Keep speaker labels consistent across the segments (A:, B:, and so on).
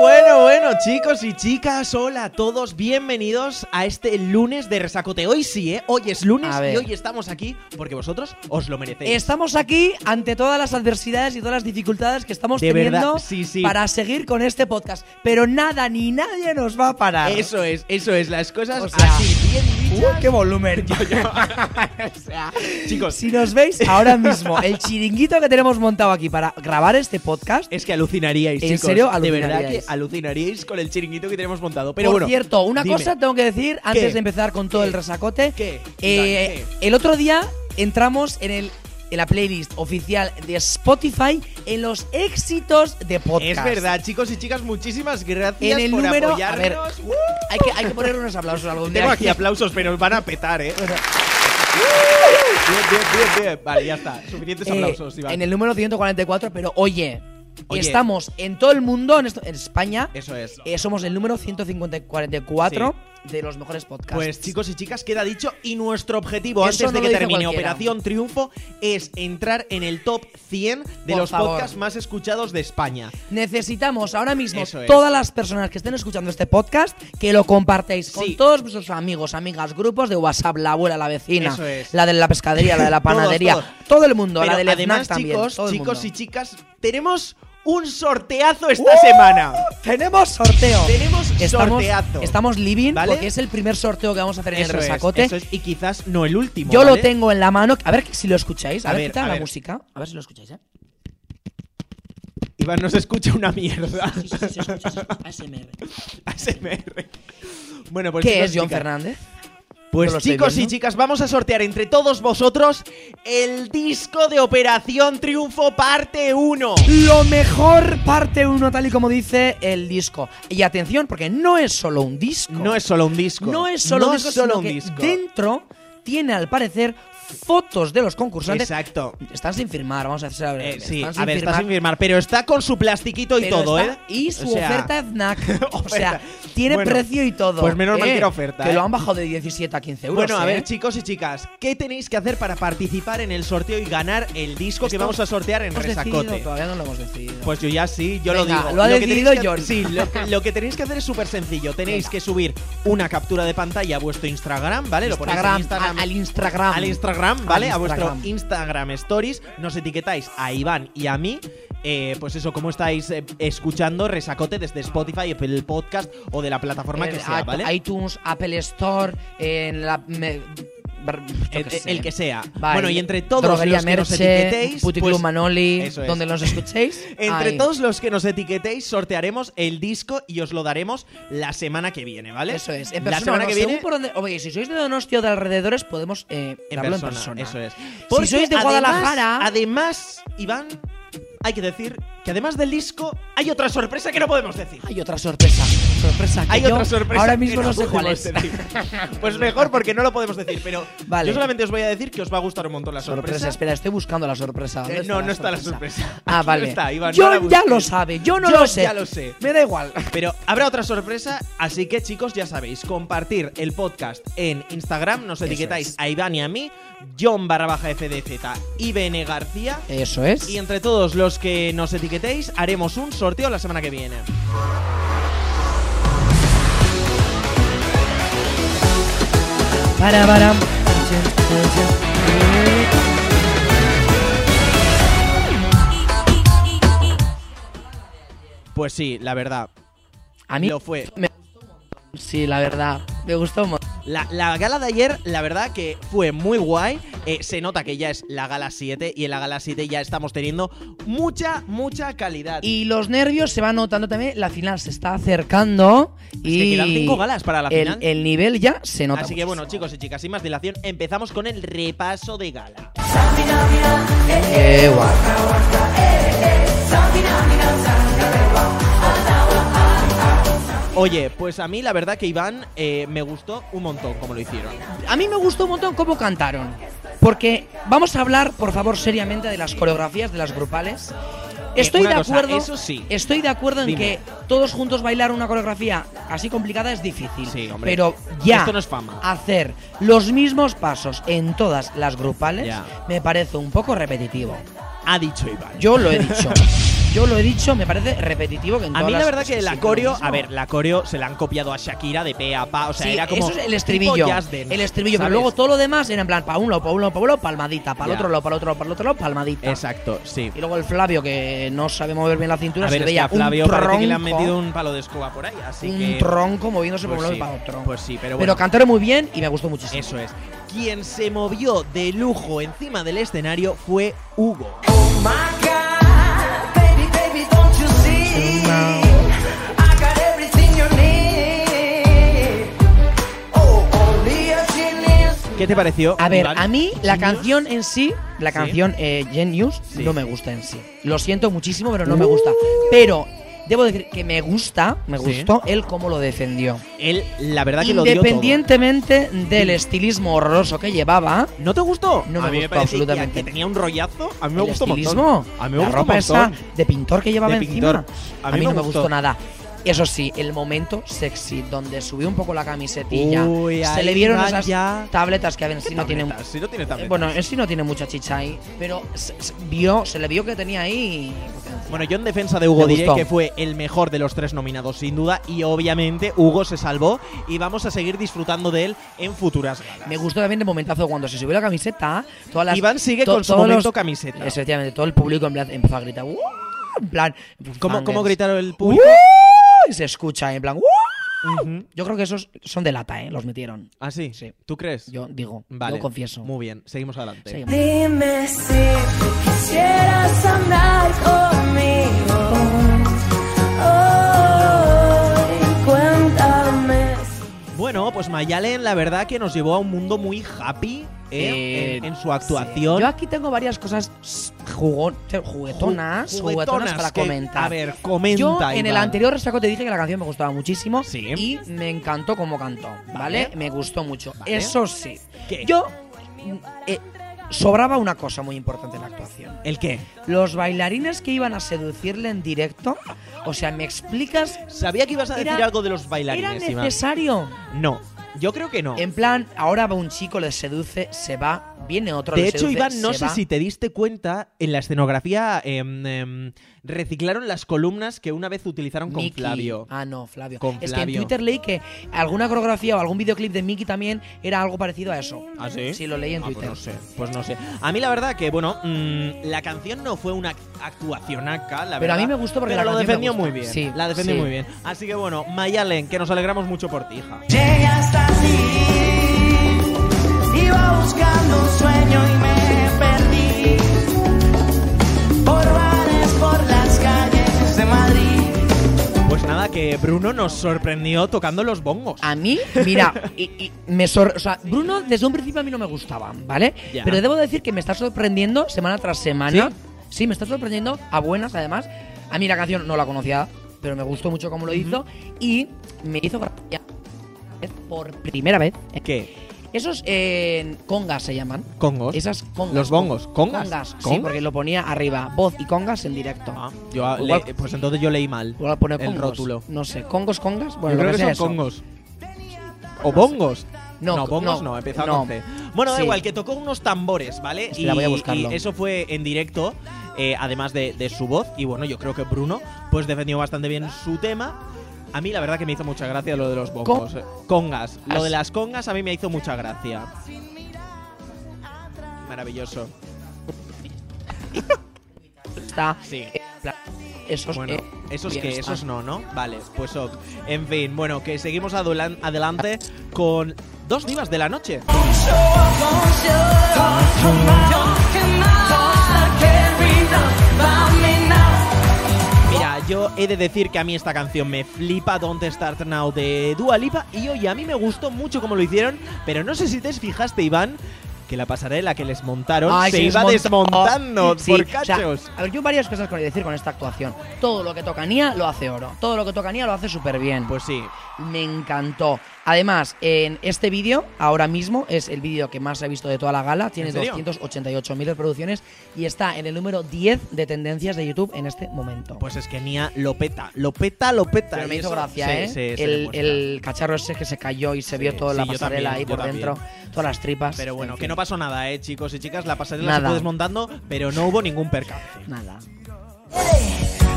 A: Bueno, bueno, chicos y chicas, hola a todos, bienvenidos a este lunes de Resacote. Hoy sí, ¿eh? Hoy es lunes
B: A ver.
A: y hoy estamos aquí porque vosotros os lo merecéis.
B: Estamos aquí ante todas las adversidades y todas las dificultades que estamos
A: De verdad,
B: teniendo
A: sí, sí.
B: para seguir con este podcast. Pero nada ni nadie nos va a parar.
A: Eso es, eso es, las cosas
B: O sea,
A: así, bien dichas.
B: ¡Uh, qué volumen!
A: O sea, chicos,
B: si nos veis ahora mismo, el chiringuito que tenemos montado aquí para grabar este podcast.
A: es que alucinaríais,
B: En
A: chicos.
B: serio,
A: De verdad que
B: alucinaríais.
A: alucinaríais con el chiringuito que tenemos montado. Pero
B: Por
A: bueno,
B: cierto, una
A: dime.
B: cosa tengo que decir antes
A: ¿Qué?
B: de empezar con todo
A: ¿Qué?
B: el resacote.
A: ¿Qué?
B: Eh,
A: Dani,
B: el otro día entramos en el en la playlist oficial de Spotify en los éxitos de podcast.
A: Es verdad, chicos y chicas, muchísimas gracias
B: En el
A: por
B: número- a
A: apoyarnos.
B: ver,
A: ¡Uh!
B: Hay que, hay que poner unos aplausos algún día.
A: Tengo aquí aplausos, pero os van a petar, ¿eh?
B: Bueno,
A: Bien, bien, bien, bien. Vale, ya está. Suficientes
B: eh,
A: aplausos, Iván.
B: en el número 144, pero oye,
A: Oye.
B: estamos en todo el mundo, en, esto- en España,
A: Eso es.
B: eh, somos el número 144 de los mejores podcasts.
A: Pues chicos y chicas, queda dicho y nuestro objetivo antes
B: Eso no
A: de
B: lo
A: que
B: dice
A: termine
B: cualquiera.
A: Operación Triunfo es entrar en el top 100 de
B: Por
A: los
B: favor.
A: podcasts más escuchados de España.
B: Necesitamos ahora mismo
A: Eso es.
B: todas las personas que estén escuchando este podcast que lo compartéis
A: Sí.
B: con todos vuestros amigos, amigas, grupos de WhatsApp, la abuela, la vecina,
A: Eso es.
B: la de la pescadería, la de la
A: Todos,
B: panadería,
A: todos.
B: todo el mundo,
A: Pero
B: la del
A: además,
B: FNAC también,
A: chicos,
B: todo el
A: chicos y
B: mundo.
A: chicas, tenemos un sorteazo esta semana.
B: Tenemos sorteo.
A: Tenemos
B: Estamos,
A: sorteazo.
B: estamos living
A: ¿Vale?
B: porque es el primer sorteo que vamos a hacer en el
A: Eso es,
B: resacote.
A: eso es, y quizás no el último.
B: Yo
A: ¿vale?
B: lo tengo en la mano. A ver si lo escucháis. A,
A: A
B: ver,
A: ver,
B: quita
A: a
B: la
A: ver.
B: música. A ver si lo escucháis, ¿eh?
A: Iván no se escucha una mierda.
B: Sí, sí, sí, se escucha, se escucha. ASMR.
A: ASMR. Bueno, pues
B: ¿Qué
A: chicos
B: es
A: y
B: John
A: chicas,
B: Fernández?
A: Pues
B: No lo estoy
A: chicos y
B: viendo.
A: chicas, vamos a sortear entre todos vosotros el disco de Operación Triunfo parte 1.
B: Lo mejor parte uno, tal y como dice el disco. Y atención, porque no es solo un disco.
A: No es solo un disco.
B: No es solo
A: No
B: un
A: es
B: disco,
A: solo
B: sino
A: un
B: que
A: disco.
B: dentro tiene al parecer fotos de los concursantes.
A: Exacto.
B: Están sin firmar, vamos a hacer
A: Eh,
B: ver.
A: sí, a ver, está sin firmar, pero está con su plastiquito y
B: Pero
A: todo,
B: está-
A: ¿eh?
B: Y su
A: O sea,
B: oferta Fnac. o
A: Oferta.
B: sea, tiene
A: Bueno,
B: precio y todo.
A: pues menos mal
B: Eh,
A: que era oferta,
B: Que
A: eh.
B: lo han bajado de 17 a 15 euros.
A: Bueno, a
B: eh.
A: ver, chicos y chicas, ¿qué tenéis que hacer para participar en el sorteo y ganar el disco que
B: Esto
A: vamos a sortear en
B: Hemos decidido,
A: Resacote?
B: todavía no lo hemos decidido.
A: Pues yo ya sí, yo
B: Venga,
A: lo digo.
B: lo ha
A: que
B: decidido
A: tenéis que-
B: Jordi.
A: Sí, lo, lo que tenéis que hacer es súper sencillo. Tenéis
B: Venga.
A: que subir una captura de pantalla a vuestro Instagram, ¿vale? Lo ponéis en
B: Instagram,
A: Instagram.
B: a- al Instagram.
A: al Instagram, ¿vale?
B: Al
A: A
B: Instagram.
A: vuestro Instagram Stories. Nos etiquetáis a Iván y a mí. Eh, pues eso, cómo estáis eh, escuchando Resacote desde Spotify, el podcast o de la plataforma que
B: Eh,
A: sea,
B: i-
A: ¿vale?
B: iTunes, Apple Store, eh, en la. me- br- yo
A: el,
B: qué sé.
A: el que sea.
B: Vale.
A: Bueno, y entre todos
B: Droguería
A: los que nos
B: Merche,
A: etiquetéis,
B: Puticlub
A: pues,
B: Manoli,
A: eso es.
B: donde nos escuchéis.
A: Entre
B: ahí.
A: todos los que nos etiquetéis, sortearemos el disco y os lo daremos la semana que viene, ¿vale?
B: Eso es. En
A: la
B: persona,
A: semana
B: no,
A: que
B: según
A: viene.
B: por donde- oye, si sois de Donostia o de alrededores, podemos eh,
A: En
B: darlo
A: persona,
B: en persona.
A: eso es.
B: Porque sois de Guadalajara-
A: Además, Iván, hay que decir que además del disco, hay otra sorpresa que no podemos decir.
B: Hay otra sorpresa. Sorpresa que
A: Hay
B: yo
A: otra sorpresa.
B: Ahora
A: que
B: mismo no, sé cuál
A: podemos
B: es.
A: decir. Pues mejor porque no lo podemos decir, pero
B: Vale.
A: yo solamente os voy a decir que os va a gustar un montón la
B: Sorpresa,
A: sorpresa.
B: espera, estoy buscando la sorpresa. ¿Dónde
A: Eh, no, no está la sorpresa. Aquí
B: Ah,
A: no
B: vale.
A: está, Iván, no
B: yo
A: la
B: ya
A: busques.
B: lo sabe, yo no
A: Yo
B: lo sé.
A: ya lo sé.
B: Me da igual.
A: Pero habrá otra sorpresa, así que chicos, ya sabéis, compartir el podcast en Instagram, nos
B: Eso
A: etiquetáis
B: es.
A: a Iván y a mí, John barra baja FDZ, IBN García,
B: Eso es.
A: y entre todos los que nos etiquetéis, haremos un sorteo la semana que viene.
B: Para, para.
A: Pues sí, la verdad,
B: A mí
A: lo fue.
B: sí, la verdad, me gustó un montón.
A: La, la gala de ayer, la verdad que fue muy guay. Eh, se nota que ya es la gala 7 y en la gala 7 ya estamos teniendo mucha, mucha calidad.
B: Y los nervios se van notando también, la final se está acercando y
A: Es que quedan cinco galas para la
B: el,
A: final.
B: el nivel ya se nota.
A: Así que
B: muchísimo.
A: bueno, chicos y chicas, sin más dilación, empezamos con el repaso de gala.
B: Qué guay.
A: Oye, pues a mí la verdad que Iván eh, me gustó un montón como lo hicieron. Eh,
B: A mí me gustó un montón cómo cantaron. Porque vamos a hablar, por favor, seriamente de las coreografías de las grupales.
A: Eh,
B: Estoy
A: una
B: de
A: cosa,
B: acuerdo.
A: eso sí.
B: Estoy de acuerdo en
A: Dime.
B: que todos juntos bailar una coreografía así complicada es difícil.
A: Sí, hombre.
B: Pero ya
A: Esto no es fama.
B: hacer los mismos pasos en todas las grupales
A: Ya.
B: me parece un poco repetitivo.
A: Ha dicho Iván.
B: Yo lo he dicho. yo lo he dicho, me parece repetitivo que en
A: A
B: todas
A: mí la
B: las-
A: verdad
B: es
A: que la
B: siempre lo
A: coreo,
B: mismo.
A: a ver, la coreo se la han copiado a Shakira de pe a pa, o sea,
B: Sí,
A: era como
B: eso es el
A: tipo
B: estribillo.
A: jazz dance,
B: el estribillo,
A: ¿sabes?
B: pero luego todo lo demás era en plan, para un lado, para un lado, para un lado, palmadita, para
A: Ya.
B: el otro lado, para el otro lado, para el otro lado, palmadita.
A: Exacto, sí.
B: Y luego el Flavio, que no sabe mover bien la cintura,
A: A ver,
B: se
A: es que
B: veía
A: a Flavio
B: un
A: parece
B: tronco,
A: que le han metido un palo de escoba por ahí, así
B: un
A: que
B: tronco moviéndose
A: pues
B: por un lado
A: sí,
B: y para otro.
A: Pues sí, pero
B: pero
A: bueno.
B: cantaron muy bien y me gustó muchísimo.
A: Eso es. Quien se movió de lujo encima del escenario fue Hugo.
C: Oh,
A: ¿Qué te pareció?
B: A ver,
A: Iván?
B: a mí la
A: Genius.
B: canción en sí, la
A: Sí.
B: canción eh, Genius,
A: Sí. Uh.
B: no me gusta en sí. Lo siento muchísimo, pero no me gusta. Pero debo decir que me gusta, me
A: Sí.
B: gustó él cómo lo defendió.
A: Él, la verdad que lo dio todo.
B: Independientemente del estilismo horroroso que llevaba,
A: ¿No te gustó?
B: No me
A: a mí me
B: gustó
A: parecía
B: absolutamente.
A: Que tenía un rollazo. A mí me
B: el
A: gustó un montón.
B: estilismo,
A: A mí me
B: la
A: gustó un
B: ropa esa
A: montón.
B: de pintor que llevaba
A: De
B: encima,
A: pintor.
B: a mí, no me gustó nada. Eso sí, el momento sexy donde subió un poco la camisetilla,
A: Uy,
B: se
A: ahí
B: le vieron
A: van
B: esas
A: ya.
B: tabletas que a ver si no tiene
A: Tabletas, Si no tiene tabletas.
B: Bueno, en sí no tiene mucha chicha ahí, pero se, se vio, se le vio que tenía ahí. potencia.
A: Bueno, yo en defensa de Hugo
B: Me
A: diré
B: gustó.
A: que fue el mejor de los tres nominados, sin duda, y obviamente Hugo se salvó y vamos a seguir disfrutando de él en futuras galas.
B: Me gustó también el momentazo cuando se subió la camiseta, todas las
A: Iván sigue
B: to-
A: con su
B: todos
A: momento
B: los-
A: camiseta.
B: Efectivamente, todo el público en plan empezó a gritar, "¡Wow!", en plan,
A: ¿Cómo,
B: fangirls.
A: ¿Cómo gritaron
B: ¡Uh!
A: el público?
B: ¡Wow! Y se escucha en plan, "¡Wow!".
A: Ujú.
B: Yo creo que esos son de lata, ¿eh? Los metieron.
A: ¿Ah, sí?
B: Sí.
A: ¿Tú crees?
B: Yo digo,
A: vale.
B: yo confieso.
A: Muy bien, seguimos adelante.
B: Sí.
C: Dime si tú quisieras andar conmigo. Hoy cuéntame.
A: Bueno, pues Mayalen la verdad que nos llevó a un mundo muy happy ¿eh?
B: Eh,
A: en, en su actuación.
B: Yo aquí tengo varias cosas s- jugo- juguetonas,
A: Ju-
B: juguetonas, para
A: que-
B: comentar.
A: A ver, comenta.
B: Yo en el
A: Iván.
B: anterior resaco te dije que la canción me gustaba muchísimo
A: Sí.
B: y me encantó como cantó, ¿vale?
A: Vale.
B: Me gustó mucho.
A: Vale.
B: Eso sí,
A: ¿Qué?
B: yo mm, eh, sobraba una cosa muy importante en la actuación.
A: ¿El qué?
B: Los bailarines que iban a seducirle en directo, o sea, ¿me explicas?
A: Sabía que ibas a decir
B: Era-
A: algo de los
B: ¿Era
A: bailarines, Iván.
B: necesario?
A: No, yo creo que no.
B: En plan, ahora va un chico, le seduce, se va, viene otro,
A: De
B: le
A: hecho,
B: seduce,
A: Iván, no
B: se
A: sé
B: va.
A: si te diste cuenta, en la escenografía em, em, reciclaron las columnas que una vez utilizaron con
B: Miki.
A: Flavio.
B: Ah, no, Flavio.
A: Con
B: es que
A: Flavio.
B: en Twitter leí que alguna coreografía o algún videoclip de Mickey también era algo parecido a eso.
A: ¿Ah, sí?
B: lo leí en
A: Ah,
B: Twitter.
A: Pues no sé, pues no sé. A mí la verdad que, bueno, mm, la canción no fue una actuación acá, la verdad.
B: Pero a mí me gustó porque
A: Pero
B: la
A: lo
B: canción me
A: defendió
B: gusta.
A: muy bien.
B: Sí,
A: la defendió
B: sí.
A: muy bien. Así que bueno, Mayalen, que nos alegramos mucho por ti, hija.
C: Llegué hasta ti. Iba buscando un sueño y me perdí. Por bares, por las calles de Madrid.
A: Pues nada, que Bruno nos sorprendió tocando los bongos.
B: A mí, mira, y, y me sor- o sea, Bruno desde un principio a mí no me gustaba, ¿vale?
A: Ya.
B: Pero debo decir que me está sorprendiendo semana tras semana.
A: ¿Sí?
B: me está sorprendiendo a buenas además. A mí la canción no la conocía, pero me gustó mucho cómo lo hizo y me hizo gracia por primera vez.
A: ¿Qué?
B: Esos eh, congas se llaman.
A: ¿Congos?
B: Esas congas.
A: Los bongos, congas.
B: Sí,
A: ¿Congas?
B: porque lo ponía arriba, voz y congas en directo.
A: Ah, yo
B: Igual-
A: le- pues entonces yo leí mal.
B: Igual pone
A: el
B: congos.
A: rótulo.
B: No sé, congos, congas.
A: yo
B: Bueno, lo
A: creo
B: que
A: que
B: sea
A: son
B: eso.
A: congos. O bongos.
B: No, co-
A: bongos
B: no,
A: no, empezaba
B: no.
A: con C. Bueno, da
B: Sí.
A: igual, que tocó unos tambores, ¿vale?
B: Espera, voy a buscarlo.
A: y eso fue en directo, eh, además de, de su voz. Y bueno, yo creo que Bruno pues defendió bastante bien su tema. A mí la verdad que me hizo mucha gracia lo de los bongos. eh. Congas. Lo
B: As-
A: de las congas a mí me hizo mucha gracia. Maravilloso.
B: Está.
A: Sí.
B: eh, pla- Esos
A: Bueno,
B: eh,
A: esos
B: bien
A: que,
B: está.
A: esos no, ¿no? Vale, pues ok. En fin, bueno, que seguimos adulan- adelante con dos divas de la noche. Mira, yo he de decir que a mí esta canción me flipa, Don't Start Now de Dua Lipa, y oye, a mí me gustó mucho como lo hicieron, pero no sé si te fijaste, Iván, que la pasarela que les montaron
B: Ay,
A: se iba
B: desmonta-
A: desmontando
B: Sí,
A: por
B: o sea,
A: cachos.
B: a ver, yo varias cosas que decir con esta actuación. Todo lo que toca Nia lo hace oro. Todo lo que toca Nia lo hace súper bien.
A: pues sí,
B: Me encantó. Además, en este vídeo, ahora mismo, es el vídeo que más he visto de toda la gala. Tiene
A: ¿En serio?
B: 288.000 reproducciones y está en el número 10 de tendencias de YouTube en este momento.
A: pues es que Nia lo peta, lo peta, lo peta.
B: Pero me
A: y
B: hizo
A: eso
B: gracia,
A: se-
B: ¿eh?
A: se- se
B: el,
A: demuestra.
B: el cacharro ese que se cayó y se vio toda
A: sí,
B: la
A: yo
B: pasarela
A: también,
B: ahí
A: yo
B: por dentro, todas las tripas.
A: Pero bueno,
B: en
A: que
B: fin,
A: no pasó nada, ¿eh, chicos y chicas? La pasarela se
B: Nada.
A: fue desmontando, pero no hubo ningún percance.
B: Nada.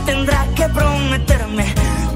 C: tendrás que prometerme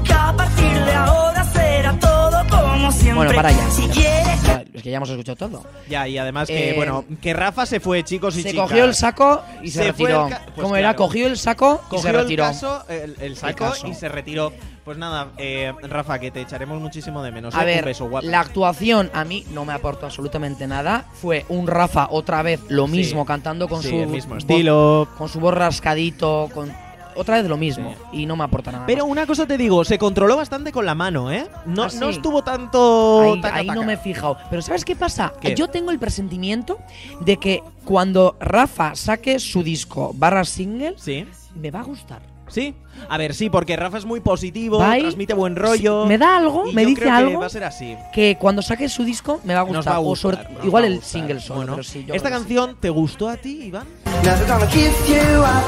C: que a partir de ahora será todo como siempre.
B: Bueno, para allá.
C: Si quieres que
B: Es que ya hemos escuchado todo.
A: Ya, y además que,
B: Eh,
A: bueno, que Rafa se fue, chicos y
B: Se
A: chicas.
B: cogió el saco y se,
A: Se fue el
B: retiró.
A: ca- pues
B: ¿Cómo era?
A: claro.
B: Cogió el saco y se
A: Cogió el,
B: retiró.
A: caso, el, el saco
B: caso.
A: y se retiró. Pues nada, eh, Rafa, que te echaremos muchísimo de menos. ¿eh?
B: A ver,
A: un beso guapo.
B: la actuación a mí no me aportó absolutamente nada. Fue un Rafa otra vez lo mismo,
A: Sí.
B: cantando con
A: Sí,
B: su
A: el mismo
B: voz-
A: estilo.
B: con su voz rascadito, con otra vez lo mismo y no me aporta nada.
A: Pero
B: más.
A: una cosa te digo, se controló bastante con la mano, ¿eh? No,
B: Ah, sí.
A: no estuvo tanto.
B: ahí,
A: taca,
B: ahí no
A: taca.
B: me he fijado. Pero ¿sabes qué pasa?
A: ¿Qué?
B: Yo tengo el presentimiento de que cuando Rafa saque su disco barra singles
A: Sí.
B: me va a gustar.
A: Sí. A ver, sí, porque Rafa es muy positivo,
B: Bye.
A: transmite buen rollo.
B: Sí, me da algo,
A: y
B: me
A: yo
B: dice
A: creo que
B: algo.
A: va a ser así.
B: que cuando saque su disco me va a
A: Nos
B: gustar.
A: va a
B: o
A: gustar,
B: sobre-
A: nos
B: igual
A: va a
B: el
A: gustar.
B: single solo,
A: Bueno,
B: pero sí, yo
A: ¿Esta
B: creo que sí.
A: canción te gustó a ti, Iván?
C: Never gonna give you up,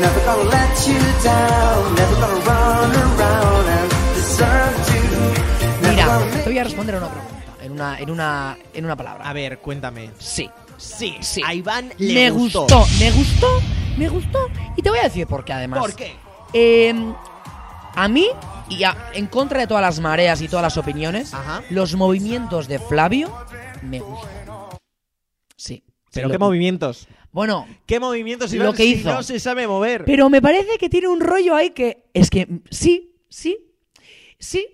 C: never gonna let you down, never gonna run around and deserve to. never
B: Mira,
C: gonna
B: te voy a responder a una pregunta. En una, en una, en una palabra.
A: A ver, cuéntame.
B: Sí.
A: Sí,
B: Sí.
A: A Iván le
B: Me gustó. me gustó, me gustó. Y te voy a decir por qué además.
A: ¿Por qué?
B: Eh, a mí, y a- en contra de todas las mareas y todas las opiniones,
A: Ajá.
B: los movimientos de Flavio me gustan. Sí.
A: ¿Pero
B: Sí,
A: qué
B: lo-
A: movimientos?
B: Bueno,
A: ¿Qué movimientos? Si,
B: Lo
A: no,
B: que
A: si
B: hizo.
A: no se sabe mover.
B: pero me parece que tiene un rollo ahí que. Es que mm, sí, sí, sí.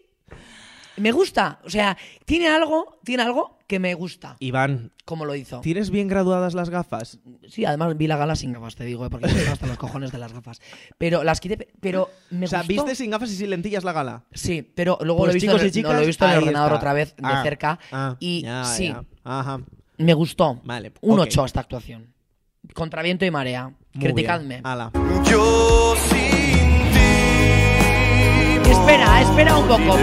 B: Me gusta. O sea, tiene algo, tiene algo que me gusta.
A: Iván,
B: Como lo hizo.
A: ¿tienes bien graduadas las gafas?
B: Sí, además vi la gala sin gafas, te digo, eh, porque estoy hasta los cojones de las gafas. Pero las quité, pe- pero me
A: o sea,
B: gustó.
A: ¿viste sin gafas y sin lentillas la gala?
B: Sí, pero luego
A: Pues
B: lo he visto,
A: chicos
B: en,
A: y
B: el- no,
A: chicas,
B: lo he visto en el
A: ahí
B: ordenador
A: está.
B: otra vez de
A: Ah,
B: cerca
A: ah,
B: y
A: ya,
B: sí,
A: ya. Ajá.
B: me gustó.
A: Vale,
B: Un
A: ok.
B: 8 esta actuación. Contra viento y marea.
A: Muy
B: Criticadme.
A: bien. Ah, Ala.
D: Yo sin ti.
B: Espera, espera un poco.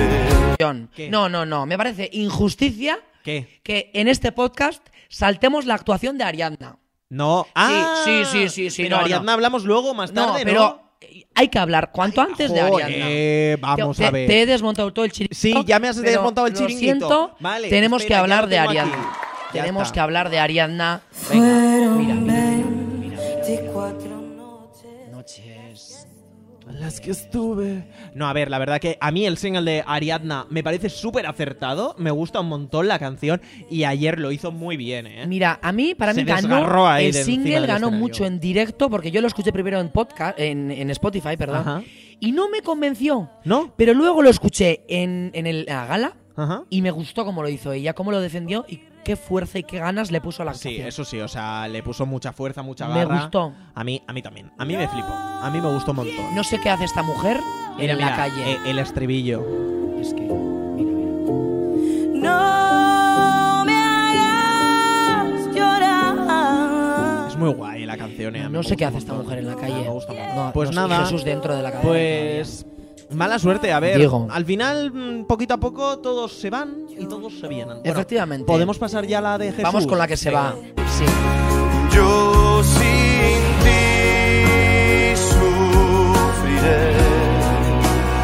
A: ¿Qué?
B: No, no, no, me parece injusticia
A: ¿Qué?
B: que en este podcast saltemos la actuación de Ariadna.
A: No. Ah,
B: sí, sí, sí, sí,
A: Pero
B: no, no.
A: Ariadna hablamos luego más
B: No,
A: tarde, ¿no?
B: pero eh, hay que hablar cuanto antes de
A: joder,
B: Ariadna.
A: vamos
B: te,
A: a ver.
B: Te he desmontado todo el chiringuito.
A: Sí, ya me has
B: pero
A: desmontado el
B: lo
A: chiringuito.
B: siento,
A: Vale,
B: tenemos
A: espera,
B: que
A: ya
B: hablar
A: lo
B: de
A: tengo aquí.
B: Ariadna.
A: Ya
B: Tenemos
A: está.
B: que hablar de Ariadna. Venga, mira, mira, mira, mira, mira. Noches.
A: Las que estuve. No, a ver, la verdad que a mí el single de Ariadna me parece súper acertado. Me gusta un montón la canción y ayer lo hizo muy bien, ¿eh?
B: Mira, a mí, para
A: Se
B: mí ganó
A: desgarró ahí
B: el
A: de encima
B: single,
A: del
B: ganó
A: escenario.
B: mucho en directo porque yo lo escuché primero en podcast, en, en Spotify, perdón,
A: Ajá.
B: y no me convenció.
A: ¿No?
B: Pero luego lo escuché en, en el, la gala
A: Ajá.
B: y me gustó cómo lo hizo ella, cómo lo defendió y qué fuerza y qué ganas le puso a la
A: Sí,
B: actuación.
A: eso sí, o sea, le puso mucha fuerza, mucha
B: Me
A: garra.
B: gustó.
A: A mí, a mí también. A mí me flipó. A mí me gustó un montón.
B: No sé qué hace esta mujer
A: Mira,
B: en
A: mira,
B: la calle.
A: eh, el estribillo.
B: Es que, mira, mira.
C: No me hagas llorar.
A: Es muy guay la canción, ¿eh? A mí
B: No
A: me
B: sé qué
A: gusta
B: hace
A: un
B: esta
A: montón.
B: mujer en la calle.
A: Me gusta un montón.
B: No,
A: Pues
B: no sé,
A: nada.
B: Jesús dentro de la cabeza.
A: Pues. Mala suerte, a ver.
B: Diego.
A: Al final, mm, poquito a poco, todos se van y todos se vienen. Bueno,
B: Efectivamente.
A: Podemos pasar ya a la de Jesús. eh,
B: Vamos con la que se va. Sí.
D: Yo sin ti sufriré.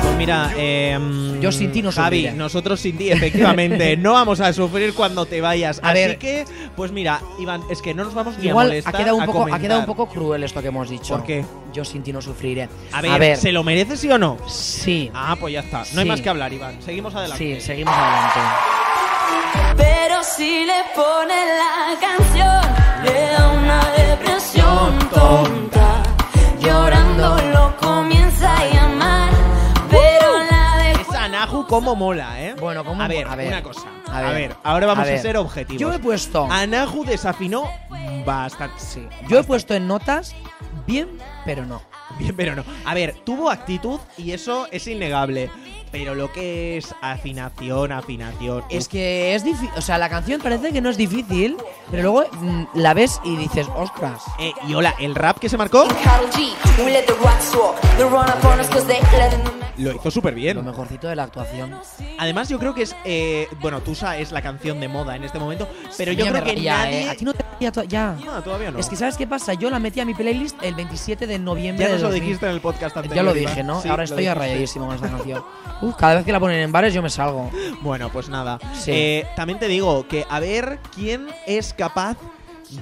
A: Pues mira, em,
B: Yo sin ti no
A: Javi,
B: sufriré.
A: nosotros sin ti, efectivamente. no vamos a sufrir cuando te vayas.
B: A
A: Así
B: ver.
A: que, pues mira, Iván, es que no nos vamos ni a
B: Igual ha
A: molestar.
B: quedado, un
A: a
B: poco, ha
A: comentar.
B: quedado un poco cruel esto que hemos dicho.
A: ¿Por qué?
B: Yo sin ti no sufriré.
A: A ver, ¿se lo merece sí o no?
B: sí.
A: Ah, pues ya está. No hay
B: Sí.
A: más que hablar, Iván. Seguimos adelante.
B: Sí, seguimos adelante.
E: Pero si le pone la canción, le da una depresión tonta. Llorando lo comienza a llamar, pero la de
A: Esa Anahu como mola, ¿eh?
B: Bueno, ¿cómo
A: a
B: mo-
A: ver,
B: a ver,
A: una cosa. A
B: a
A: ver,
B: ver,
A: ahora vamos a,
B: a ver.
A: ser objetivos. Ah,
B: Yo he puesto.
A: Anahu desafinó bastante. Sí.
B: Yo he puesto en notas bien, pero no.
A: Bien, pero no. A ver, tuvo actitud y eso es innegable. Pero lo que es afinación, afinación.
B: Es
A: uf,
B: que es difícil. O sea, la canción parece que no es difícil, pero luego mm, la ves y dices, ostras.
A: eh, y hola, el rap que se marcó
E: Carol G. We let the rocks walk, they run up on us 'cause they let in the ma-
A: lo hizo súper
B: Lo
A: bien.
B: mejorcito de la actuación.
A: Además, yo creo que es. eh, bueno, Tusa es la canción de moda en este momento. Pero
B: A mí
A: yo
B: ya
A: creo
B: me
A: que
B: raya,
A: nadie.
B: eh. A ti no te raya to- ya.
A: No, todavía no.
B: Es que ¿sabes qué pasa? Yo la metí a mi playlist el 27 de noviembre
A: ya
B: de
A: nos lo
B: 2000.
A: dijiste en el podcast anterior.
B: Ya lo
A: Iván.
B: dije, ¿no?
A: Sí,
B: Ahora
A: lo
B: estoy
A: dijiste.
B: arrayadísimo con esta canción. Uf, cada vez que la ponen en bares yo me salgo.
A: Bueno, pues nada.
B: Sí.
A: Eh, también te digo que a ver quién es capaz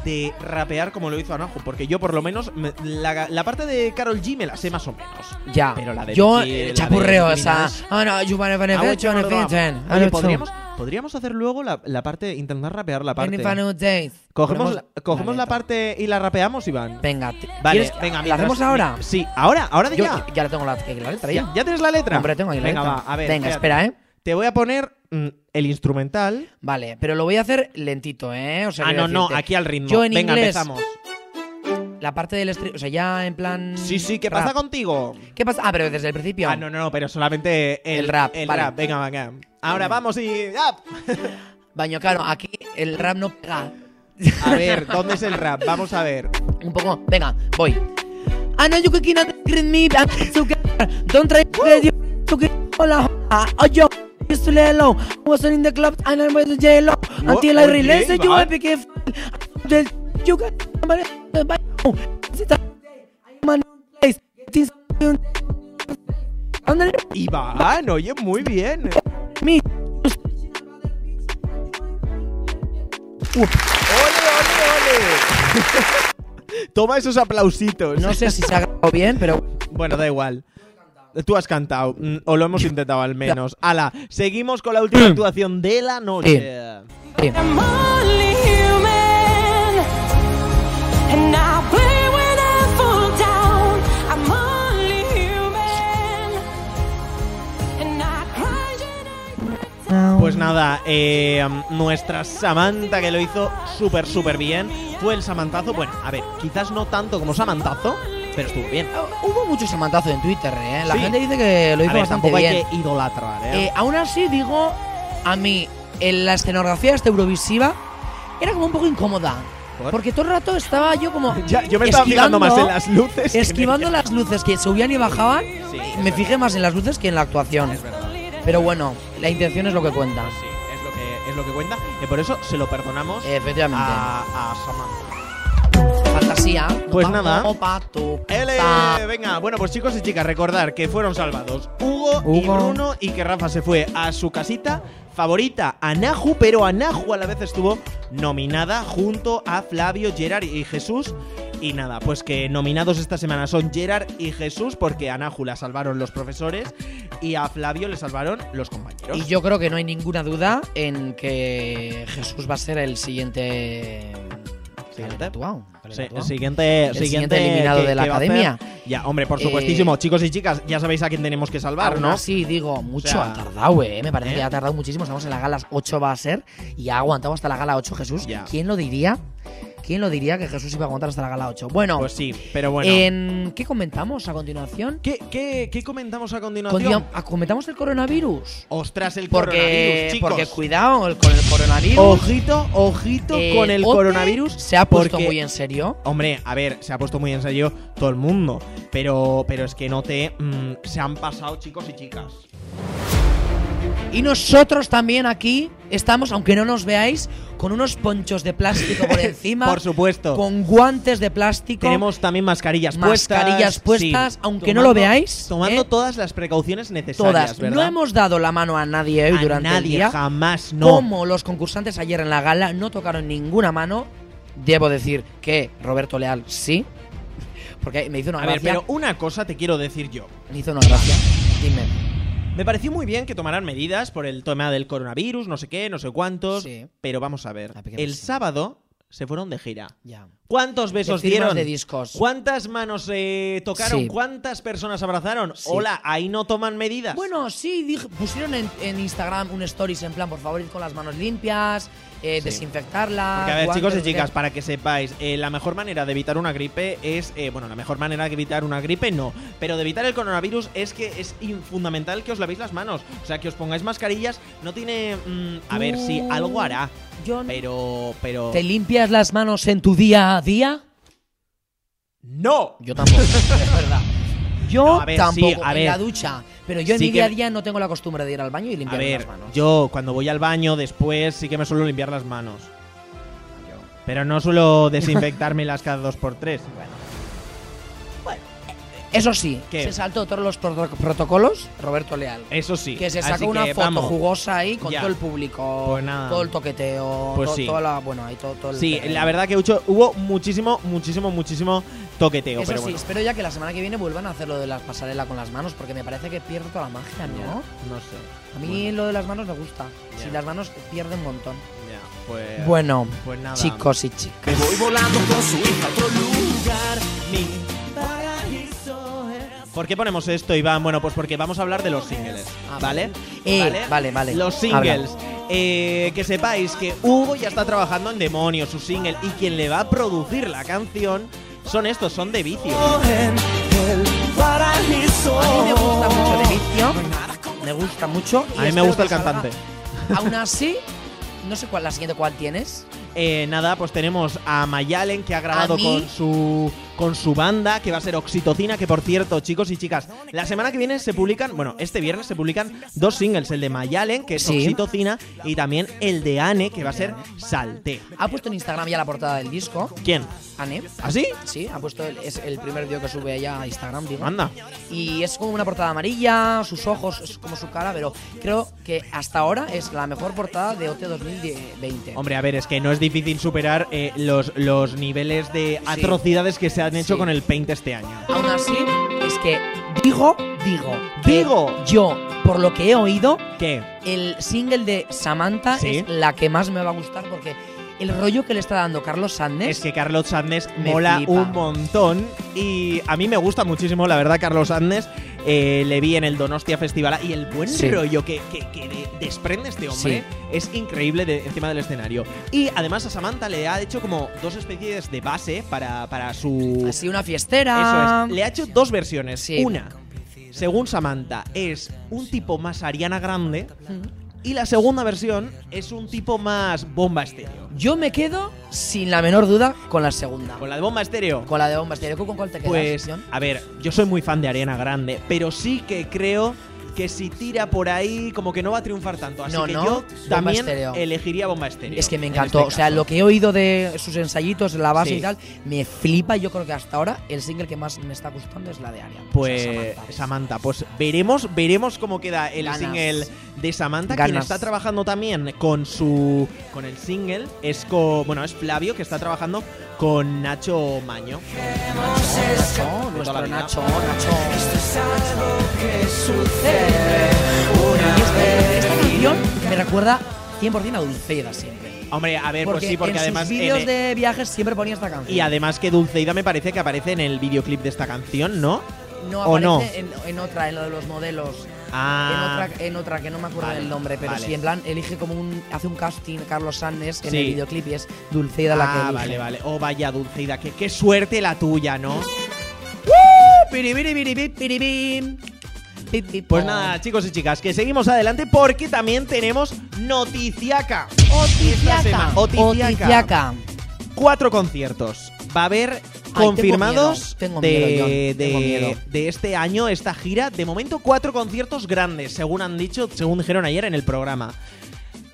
A: de rapear como lo hizo Anahu, porque yo por lo menos me- la, la parte de Carol G me la sé más o menos.
B: Ya.
A: Pero la de
B: Yo, eh,
A: Nicki, la de
B: chapurreo,
A: Nicki
B: esa.
A: Minaj.
B: Ah, no, you wanna find a
A: Hago
B: bitch, you wanna
A: chorro.
B: find ten.
A: Oye,
B: Ah,
A: podríamos, podríamos hacer luego la, la parte, intentar rapear la parte.
B: Any final days.
A: Cogemos, la,
B: Ponemos
A: cogemos la
B: letra.
A: parte y la rapeamos, Iván.
B: Venga, te-
A: Vale,
B: ¿quieres-
A: venga,
B: ¿La
A: mientras-
B: hacemos ahora?
A: Sí, ahora, ahora de
B: Yo
A: Ah, ya.
B: ya la tengo la, la letra, ya.
A: ya. ya tienes la letra?
B: Hombre, tengo ahí la
A: Venga,
B: letra.
A: va, a ver.
B: Venga,
A: espérate.
B: espera, ¿eh?
A: Te voy a poner mm, el instrumental.
B: Vale, pero lo voy a hacer lentito, ¿eh? O
A: Ah,
B: sea,
A: no,
B: quiero
A: no,
B: decirte,
A: aquí al ritmo.
B: Yo en
A: Venga,
B: inglés,
A: empezamos.
B: la parte del estribillo, o sea, ya en plan...
A: Sí, sí, ¿qué
B: rap.
A: pasa contigo?
B: ¿Qué pasa? Ah, pero desde el principio.
A: Ah, no, no, no, pero solamente el,
B: El rap,
A: El
B: vale.
A: rap, venga, venga. Ahora vamos y. ¡ah!
B: Baño, claro, aquí el rap no pega.
A: A ver, ¿dónde es el rap? Vamos a ver.
B: Un poco, venga, voy. Ah, I know you can get green me, I'm so good. Don't try to get you to get hola, hola. Oh, yo, used to lay low. I was in the club and I was in jail until I
A: oye,
B: realized that you
A: va.
B: were big if that you got somebody to buy you. Sit down. I'm a new place. It is under
A: Iván, ah, oye, muy bien.
B: me.
A: ¡Ole, ole, ole! Toma esos aplausitos.
B: No sé si se ha grabado bien, pero
A: Bueno, da igual. Tú has cantado, mm, o lo hemos intentado al menos. Ala, seguimos con la última actuación de la noche.
B: sí.
E: I'm only human, and I play when I fall down. I'm only human, and I cry when I break
A: Pues nada, eh, nuestra Samantha que lo hizo súper, súper bien. Fue el Samantazo. Bueno, a ver, quizás no tanto como Samantazo, pero estuvo bien.
B: Hubo mucho samantazos en Twitter, ¿eh? La
A: Sí.
B: gente dice que lo hizo
A: a ver,
B: bastante
A: tampoco
B: bien.
A: hay que idolatrar, ¿eh?
B: Eh, aún así, digo, a mí, en la escenografía esta eurovisiva era como un poco incómoda.
A: ¿Por?
B: Porque todo el rato estaba yo como.
A: Ya, yo me estaba fijando
B: esquivando-
A: más en las luces. que en
B: Esquivando
A: ella.
B: las luces que subían y bajaban.
A: Sí, es
B: me
A: verdad.
B: fijé más en las luces que en la actuación.
A: Es verdad. Ah,
B: Pero bueno, la intención es lo que cuenta.
A: Sí, es lo que, es lo que cuenta. Y por eso se lo perdonamos
B: Eh, Efectivamente.
A: a, a Samantha.
B: Fantasía.
A: Ah. Pues
B: Opa,
A: nada.
B: opa, tu,
A: Ele,
B: ta.
A: venga, bueno, pues chicos y chicas, recordar que fueron salvados Hugo, y
B: Hugo.
A: Bruno y que Rafa se fue a su casita favorita, Anahu, pero Anahu a la vez estuvo nominada junto a Flavio, Gerard y Jesús. Y nada, pues que nominados esta semana son Gerard y Jesús porque a Anahu la salvaron los profesores y a Flavio le salvaron los compañeros.
B: Y yo creo que no hay ninguna duda en que Jesús va a ser el siguiente.
A: Siguiente.
B: Tatuado.
A: Sí, el siguiente,
B: El siguiente eliminado de la
A: va a hacer-
B: academia.
A: Ya, hombre, por
B: Eh,
A: supuestísimo. Chicos y chicas, ya sabéis a quién tenemos que salvar,
B: Aún
A: ¿no?
B: así, digo, mucho
A: sea,
B: ha tardado, eh. Me parece
A: ¿eh?
B: que ha tardado muchísimo. Estamos en la gala 8 va a ser y ha aguantado hasta la gala 8 Jesús.
A: Ya.
B: ¿Quién lo diría? ¿Quién lo diría que Jesús iba a aguantar hasta la gala 8? Bueno,
A: Pues sí, pero bueno.
B: Eh, en- ¿qué comentamos a continuación?
A: ¿Qué, qué, qué comentamos a continuación?
B: Continua- ah, ¿Comentamos el coronavirus?
A: Ostras, el
B: Porque,
A: coronavirus, chicos.
B: porque cuidado el- con el coronavirus.
A: Ojito, ojito
B: El
A: con el
B: Eh, OTE
A: coronavirus.
B: Se ha puesto
A: porque-
B: muy en serio.
A: Hombre, a ver, se ha puesto muy en serio todo el mundo. Pero, pero es que no te. mm, se han pasado chicos y chicas.
B: Y nosotros también aquí estamos, aunque no nos veáis, con unos ponchos de plástico por encima.
A: Por supuesto.
B: Con guantes de plástico.
A: Tenemos también mascarillas puestas.
B: Mascarillas puestas,
A: sí.
B: aunque no lo veáis,
A: Tomando
B: ¿eh?
A: todas las precauciones necesarias,
B: todas.
A: ¿verdad?
B: No hemos dado la mano a nadie hoy
A: A
B: durante el
A: nadie,
B: día.
A: jamás, no.
B: Como los concursantes ayer en la gala no tocaron ninguna mano, debo decir que Roberto Leal sí. Porque me hizo una
A: A ver,
B: gracia.
A: pero una cosa te quiero decir yo.
B: Me hizo una gracia. Dime.
A: Me pareció muy bien que tomaran medidas por el tema del coronavirus, no sé qué, no sé cuántos.
B: Sí.
A: Pero vamos a ver.
B: La pequeña
A: El
B: presión.
A: sábado se fueron de gira.
B: Ya.
A: ¿Cuántos besos
B: De firmas
A: dieron?
B: de discos.
A: ¿Cuántas manos eh, tocaron?
B: Sí.
A: ¿Cuántas personas abrazaron?
B: Sí.
A: Hola, ahí no toman medidas.
B: Bueno, sí, dije- pusieron en, en Instagram un stories en plan, por favor, ir con las manos limpias, eh,
A: Sí.
B: desinfectarlas.
A: Porque, a ver,
B: guantes,
A: chicos
B: no
A: y
B: sé
A: chicas,
B: qué.
A: para que sepáis, eh, la mejor manera de evitar una gripe es. eh, bueno, la mejor manera de evitar una gripe no. Pero de evitar el coronavirus es que es in- fundamental que os lavéis las manos. O sea, que os pongáis mascarillas. No tiene. mm, a ver, si
B: Tú-
A: algo hará.
B: Yo no-
A: Pero. Pero.
B: Mm. ¿Te limpias las manos en tu día a día?
A: ¡No!
B: Yo tampoco, es verdad. Yo
A: No, a ver,
B: tampoco,
A: sí, a ver.
B: en la ducha. Pero yo en
A: Sí
B: mi
A: que-
B: día a día no tengo la costumbre de ir al baño y
A: A
B: limpiarme
A: ver,
B: las manos.
A: yo cuando voy al baño después sí que me suelo limpiar las manos. Pero no suelo desinfectármelas cada dos por tres.
B: Bueno. Eso sí,
A: ¿Qué?
B: se saltó todos los pro- protocolos Roberto Leal.
A: Eso sí.
B: Que se
A: Eh, Así
B: sacó una
A: que,
B: foto
A: vamos.
B: jugosa ahí con
A: Ya.
B: todo el público,
A: Pues nada.
B: todo el toqueteo,
A: Pues
B: to-
A: sí.
B: toda la, bueno, ahí todo, todo el
A: Sí,
B: toqueteo.
A: la verdad que Ucho, hubo muchísimo, muchísimo, muchísimo toqueteo.
B: Eso
A: pero
B: sí,
A: bueno.
B: espero ya que la semana que viene vuelvan a hacer lo de las pasarela con las manos, porque me parece que pierdo toda la magia, ¿no?
A: Ya, No sé.
B: A mí lo de las manos me gusta.
A: Ya.
B: Sin las manos pierde un montón.
A: Ya, pues.
B: Bueno,
A: pues nada.
B: chicos y chicas.
D: Me voy volando con su hija a otro lugar.
A: Mi ¿Por qué ponemos esto, Iván? Bueno, pues porque vamos a hablar de los singles,
B: Ah,
A: ¿vale?
B: Eh, vale, vale.
A: Los singles. Eh, que sepáis que Hugo ya está trabajando en Demonio, su single, y quien le va a producir la canción son estos, son de vicio.
B: Oh,
D: En el paraíso.
B: A mí me gusta mucho de vicio. Me gusta mucho. y
A: Oh. A mí me
B: espero
A: gusta el
B: que salga.
A: cantante.
B: Aún así, no sé cuál la siguiente cuál tienes.
A: Eh, nada, pues tenemos a Mayalen que ha grabado
B: A mí-
A: con su con su banda que va a ser Oxitocina, que por cierto, chicos y chicas, la semana que viene se publican, bueno, este viernes se publican dos singles, el de Mayalen que es
B: Sí.
A: Oxitocina y también el de Ane que va a ser Salte.
B: Ha puesto en Instagram ya la portada del disco.
A: ¿Quién?
B: Anne.
A: ¿Así?
B: Sí, ha puesto el, es el primer vídeo que sube ella a Instagram, digo.
A: Anda.
B: Y es como una portada amarilla, sus ojos, es como su cara, pero creo que hasta ahora es la mejor portada de OT 2020.
A: Hombre, a ver, es que no es difícil superar eh, los, los niveles de atrocidades que se han hecho
B: Sí.
A: con el Paint este año.
B: Aún así, es que digo, digo, que
A: Digo.
B: Yo, por lo que he oído,
A: ¿Qué?
B: el single de Samantha
A: Sí.
B: es la que más me va a gustar porque el rollo que le está dando Carlos Sández.
A: Es que Carlos Sánchez
B: Me
A: mola
B: flipa.
A: un montón y a mí me gusta muchísimo, la verdad, Carlos Sánchez. Eh, le vi en el Donostia Festival y el buen
B: Sí.
A: rollo que, que- que de- desprende este hombre
B: Sí.
A: es increíble de- encima del escenario. Y además a Samantha le ha hecho como dos especies de base para, para su...
B: así una
A: Eso
B: fiestera.
A: es. Le ha hecho dos versiones.
B: Sí.
A: Una, según Samantha, es un tipo más Ariana Grande y la segunda versión es un tipo más Bomba Estéreo.
B: Yo me quedo sin la menor duda con la segunda.
A: Con la de Bomba Estéreo.
B: Con la de Bomba Estéreo. ¿Con cuál te quedas?
A: Pues,
B: John?
A: a ver, yo soy muy fan de Ariana Grande, pero sí que creo que si tira por ahí, como que no va a triunfar tanto. Así
B: No,
A: que
B: no,
A: yo
B: Bomba
A: también
B: Estéreo.
A: elegiría Bomba Estéreo.
B: Es que me
A: en
B: encantó.
A: este
B: o sea,
A: caso.
B: lo que he oído de sus ensayitos, la base
A: Sí.
B: y tal, me flipa. Yo creo que hasta ahora el single que más me está gustando es la de Ariana. o sea,
A: Pues
B: Samantha.
A: Samantha. pues veremos, veremos cómo queda el
B: Ganas.
A: single de Samantha, quien
B: Ganas.
A: está trabajando también con su con el single es co- bueno, es Flavio que está trabajando con Nacho Maño.
B: Nacho,
A: De toda la vida.
B: nuestro Nacho, Nacho.
C: Una
B: Este- Esta canción me recuerda 100% a Dulceida siempre.
A: Hombre, a ver, pues sí, porque
B: en
A: además
B: sus vídeos
A: en-
B: de viajes siempre ponía esta canción.
A: y además que Dulceida me parece que aparece en el videoclip de esta canción, ¿no?
B: no
A: ¿o no?
B: aparece En, en otra, en lo de los modelos.
A: Ah,
B: En, otra, en otra que no me acuerdo
A: Vale,
B: del nombre, pero
A: vale.
B: sí, en plan, elige como un. Hace un casting Carlos Sánchez en
A: Sí.
B: el videoclip y es Dulceida la que
A: Ah,
B: elige.
A: vale, vale. Oh, vaya Dulceida, que qué suerte la tuya, ¿no?
B: Piribiri, biribi, piribim. Pip, pip,
A: Pues
B: pom.
A: nada, chicos y chicas, que seguimos adelante porque también tenemos noticiaca. Esta
B: Oticiaca.
A: sema- Oticiaca.
B: Oticiaca.
A: Cuatro conciertos. Va a haber
B: Ay,
A: confirmados
B: tengo miedo, tengo
A: de,
B: miedo, John, tengo
A: de-
B: miedo.
A: de este año, esta gira. De momento, cuatro conciertos grandes, según han dicho, según dijeron ayer en el programa.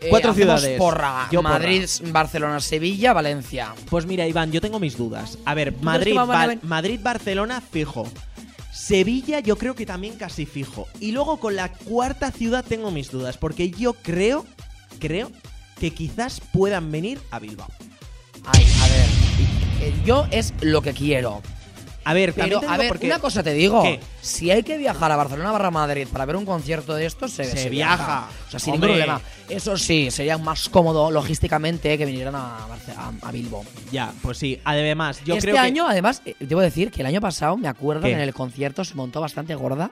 B: Eh,
A: Cuatro
B: hacemos
A: ciudades.
B: Porra.
A: Yo porra.
B: Madrid, Barcelona, Sevilla, Valencia.
A: Pues mira, Iván, yo tengo mis dudas. A ver,
B: crees
A: Madrid,
B: que van a
A: Bar-
B: ven-
A: Madrid, Barcelona, fijo. Sevilla, yo creo que también casi fijo. Y luego con la cuarta ciudad tengo mis dudas, porque yo creo, creo que quizás puedan venir a Bilbao.
B: Ay, a ver. Eh, Yo es lo que quiero.
A: A ver, también
B: Pero,
A: te
B: a
A: digo
B: ver,
A: porque
B: una cosa te digo.
A: ¿Qué?
B: Si hay que viajar a Barcelona barra Madrid para ver un concierto de estos, se,
A: Se viaja.
B: O sea, sin
A: Hombre.
B: ningún problema. Eso sí, sería más cómodo logísticamente que vinieran a, Barce- a, a Bilbo.
A: Ya, pues sí. Además, yo
B: este
A: creo que-
B: año, además, eh, debo decir que el año pasado, me acuerdo,
A: ¿Qué?
B: que en el concierto se montó bastante gorda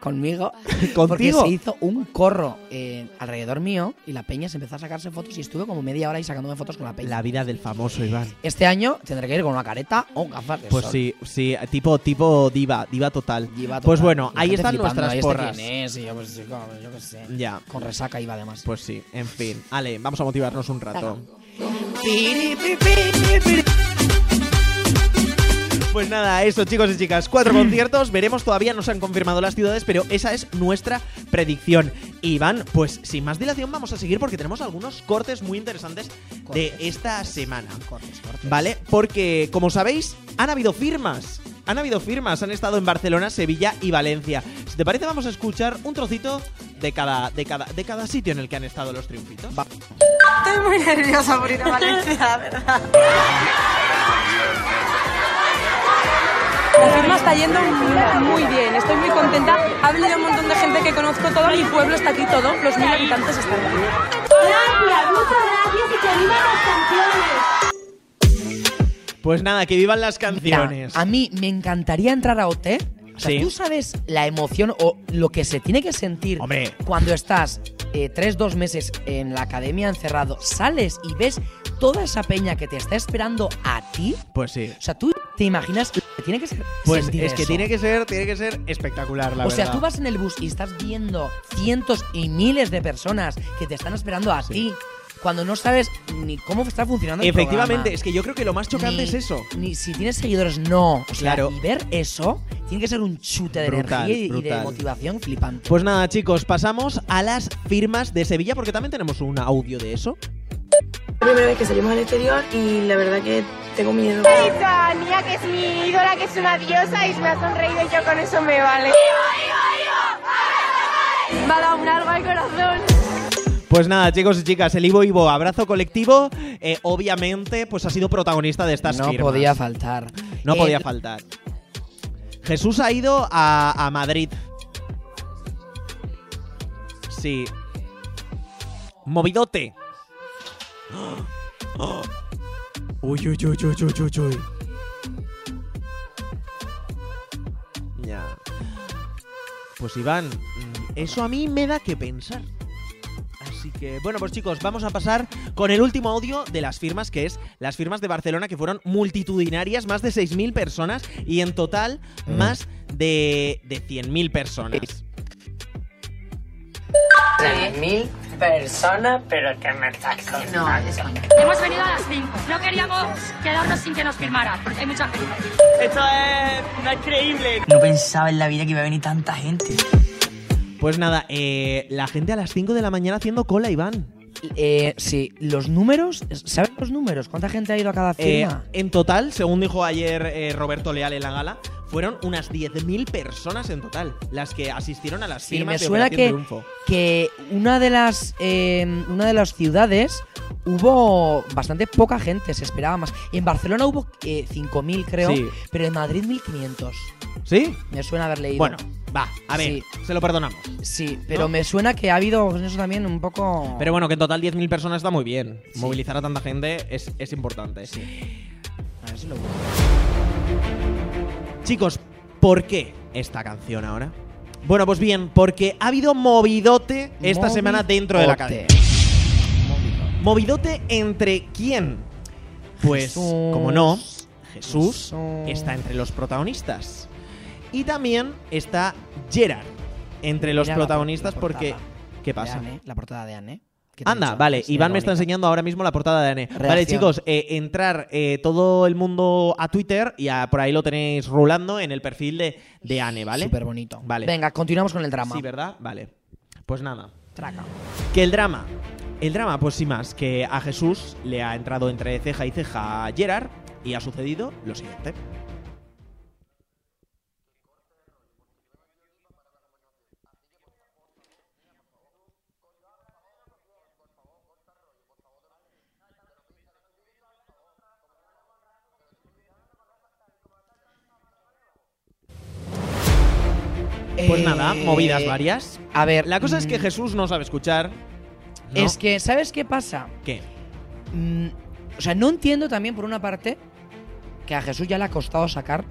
B: conmigo. Porque
A: ¿Contigo?
B: se hizo un corro eh, alrededor mío y la peña se empezó a sacarse fotos y estuve como media hora ahí sacándome fotos con la peña.
A: La vida del famoso, Iván.
B: Este año tendré que ir con una careta o gafas de
A: Pues
B: sol.
A: sí, sí, tipo, tipo diva, diva total.
B: Lleva total.
A: Pues bueno,
B: Y
A: ahí
B: gente
A: están
B: flipando,
A: nuestras
B: "Ay, este
A: porras.
B: quién es?", y yo, pues, sí, como, yo qué sé.
A: Ya.
B: Con resaca iba además.
A: Pues sí, en fin. Ale, vamos a motivarnos un rato. Pues nada, eso chicos y chicas, cuatro conciertos, veremos, todavía no se han confirmado las ciudades, pero esa es nuestra predicción. Iván, pues sin más dilación vamos a seguir porque tenemos algunos cortes muy interesantes de
B: Cortes.
A: esta semana.
B: Cortes, cortes.
A: ¿Vale? Porque, como sabéis, han habido firmas han habido firmas, han estado en Barcelona, Sevilla y Valencia. Si te parece, vamos a escuchar un trocito de cada, de cada, de cada sitio en el que han estado los triunfitos.
F: Estoy muy nerviosa por ir a Valencia, la verdad. La firma está yendo muy bien, estoy muy contenta. Ha venido un montón de gente que conozco, todo mi pueblo está aquí, todo, los mil habitantes están aquí.
G: Gracias, muchas gracias y que vivan las canciones.
A: Pues nada, que vivan las canciones.
B: a mí me encantaría entrar a OT. O sea,
A: Sí.
B: Tú sabes la emoción o lo que se tiene que sentir
A: Hombre.
B: cuando estás eh, tres, dos meses en la academia encerrado, sales y ves toda esa peña que te está esperando a ti.
A: Pues sí.
B: O sea, tú te imaginas lo que tiene que ser.
A: Pues
B: sentir
A: es que
B: eso.
A: tiene que ser, tiene que ser espectacular, la
B: o
A: verdad.
B: sea, tú vas en el bus y estás viendo cientos y miles de personas que te están esperando a ti cuando no sabes ni cómo está funcionando el
A: Efectivamente,
B: programa,
A: es que yo creo que lo más chocante
B: ni-
A: es eso.
B: Ni si tienes seguidores, no. O sea,
A: Claro.
B: Y ver eso tiene que ser un chute de
A: Brutal,
B: energía y- y, de
A: brutal.
B: motivación flipante.
A: Pues nada, chicos, pasamos a las firmas de Sevilla porque también tenemos un audio de eso.
F: La primera vez que salimos al exterior y la verdad que tengo miedo.
G: a Nia, que es mi ídola, que es una diosa y me ha sonreído y yo con eso me vale.
E: Me ha dado un largo al corazón.
A: Pues nada, chicos y chicas, el Ivo Ivo, abrazo colectivo, eh, obviamente, pues ha sido protagonista de estas
B: no
A: firmas.
B: podía faltar.
A: No
B: Eh,
A: podía faltar. Jesús ha ido a, a Madrid. Sí. Movidote. Uy, uy, uy, uy, uy, uy, uy. Ya. Pues Iván, mm, eso a mí me da que pensar. Así que, bueno, pues chicos, vamos a pasar con el último audio de las firmas, que es las firmas de Barcelona, que fueron multitudinarias, más de 6.000 personas y en total más de, de 100.000 personas.
H: mil personas, pero que me estás contando.
I: Hemos venido a las 5. No queríamos quedarnos sin que nos firmaran, porque hay mucha gente.
H: Esto es, no es creíble.
F: No pensaba en la vida que iba a venir tanta gente.
A: Pues nada, eh, la gente a las 5 de la mañana haciendo cola, Iván.
B: eh, sí, los números. ¿Sabes los números? ¿Cuánta gente ha ido a cada
A: Eh,
B: firma?
A: en total, según dijo ayer eh, Roberto Leal en la gala, fueron unas 10.000 personas en total las que asistieron a las
B: Sí,
A: firmas
B: me
A: de
B: suena
A: Operación
B: que-
A: Triunfo.
B: que una de las eh, una de las ciudades hubo bastante poca gente, se esperaba más. Y en Barcelona hubo eh, 5.000, creo,
A: Sí.
B: pero en Madrid 1.500.
A: ¿Sí?
B: Me suena haber leído.
A: Bueno, va, a ver,
B: Sí.
A: se lo perdonamos.
B: Sí, pero me suena que ha habido en eso también un poco...
A: Pero bueno, que en total 10.000 personas está muy bien. Movilizar a tanta gente es, es importante.
B: A ver si lo busco.
A: Chicos, ¿por qué esta canción ahora? Bueno, pues bien, porque ha habido movidote esta
B: Movidote.
A: semana dentro de la cadena. ¿Movidote entre quién? Pues,
B: Jesús.
A: como no, Jesús,
B: Jesús.
A: está entre los protagonistas. Y también está Gerard entre los
B: Mira la por-
A: protagonistas
B: la
A: porque...
B: portada.
A: ¿Qué
B: De
A: pasa?
B: Anne, la portada de Anne. que te he
A: Anda,
B: dicho,
A: vale,
B: es
A: Iván me está
B: irónica.
A: enseñando ahora mismo la portada de Anne. Vale,
B: Reacción.
A: chicos, eh, entrar eh, todo el mundo a Twitter y a- por ahí lo tenéis rulando en el perfil de, de Anne, ¿vale?
B: Súper bonito.
A: Vale.
B: Venga, continuamos con el drama.
A: Sí, ¿verdad? Vale. Pues nada.
B: Traca.
A: Que el drama. El drama, pues sí más, que a Jesús le ha entrado entre ceja y ceja a Gerard y ha sucedido lo siguiente. Pues
B: Eh,
A: nada, movidas varias.
B: A ver,
A: La cosa es que
B: mm,
A: Jesús no sabe escuchar. ¿no?
B: Es que, ¿sabes qué pasa?
A: ¿Qué?
B: Mm, o sea, no entiendo también, por una parte, que a Jesús ya le ha costado sacar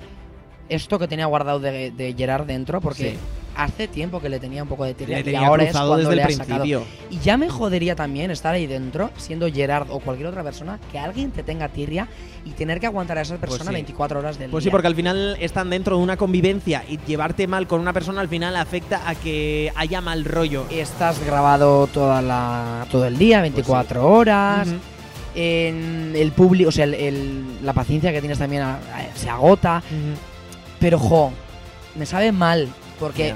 B: esto que tenía guardado de, de Gerard dentro, porque
A: Sí.
B: hace tiempo que le tenía un poco de tirria
A: Le
B: y
A: tenía
B: ahora es
A: cruzado
B: cuando
A: desde
B: le
A: el
B: ha sacado.
A: principio.
B: Y ya me jodería también estar ahí dentro, siendo Gerard o cualquier otra persona, que alguien te tenga tirria y tener que aguantar a esa persona
A: Pues sí.
B: 24 horas del
A: Pues sí,
B: día.
A: porque al final están dentro de una convivencia y llevarte mal con una persona al final afecta a que haya mal rollo.
B: Estás grabado toda la, todo el día, 24 horas.
A: Pues Ujú.
B: En el público, o sea, el- el- la paciencia que tienes también a- a- se agota. Pero jo, me sabe mal. Porque
A: Ya.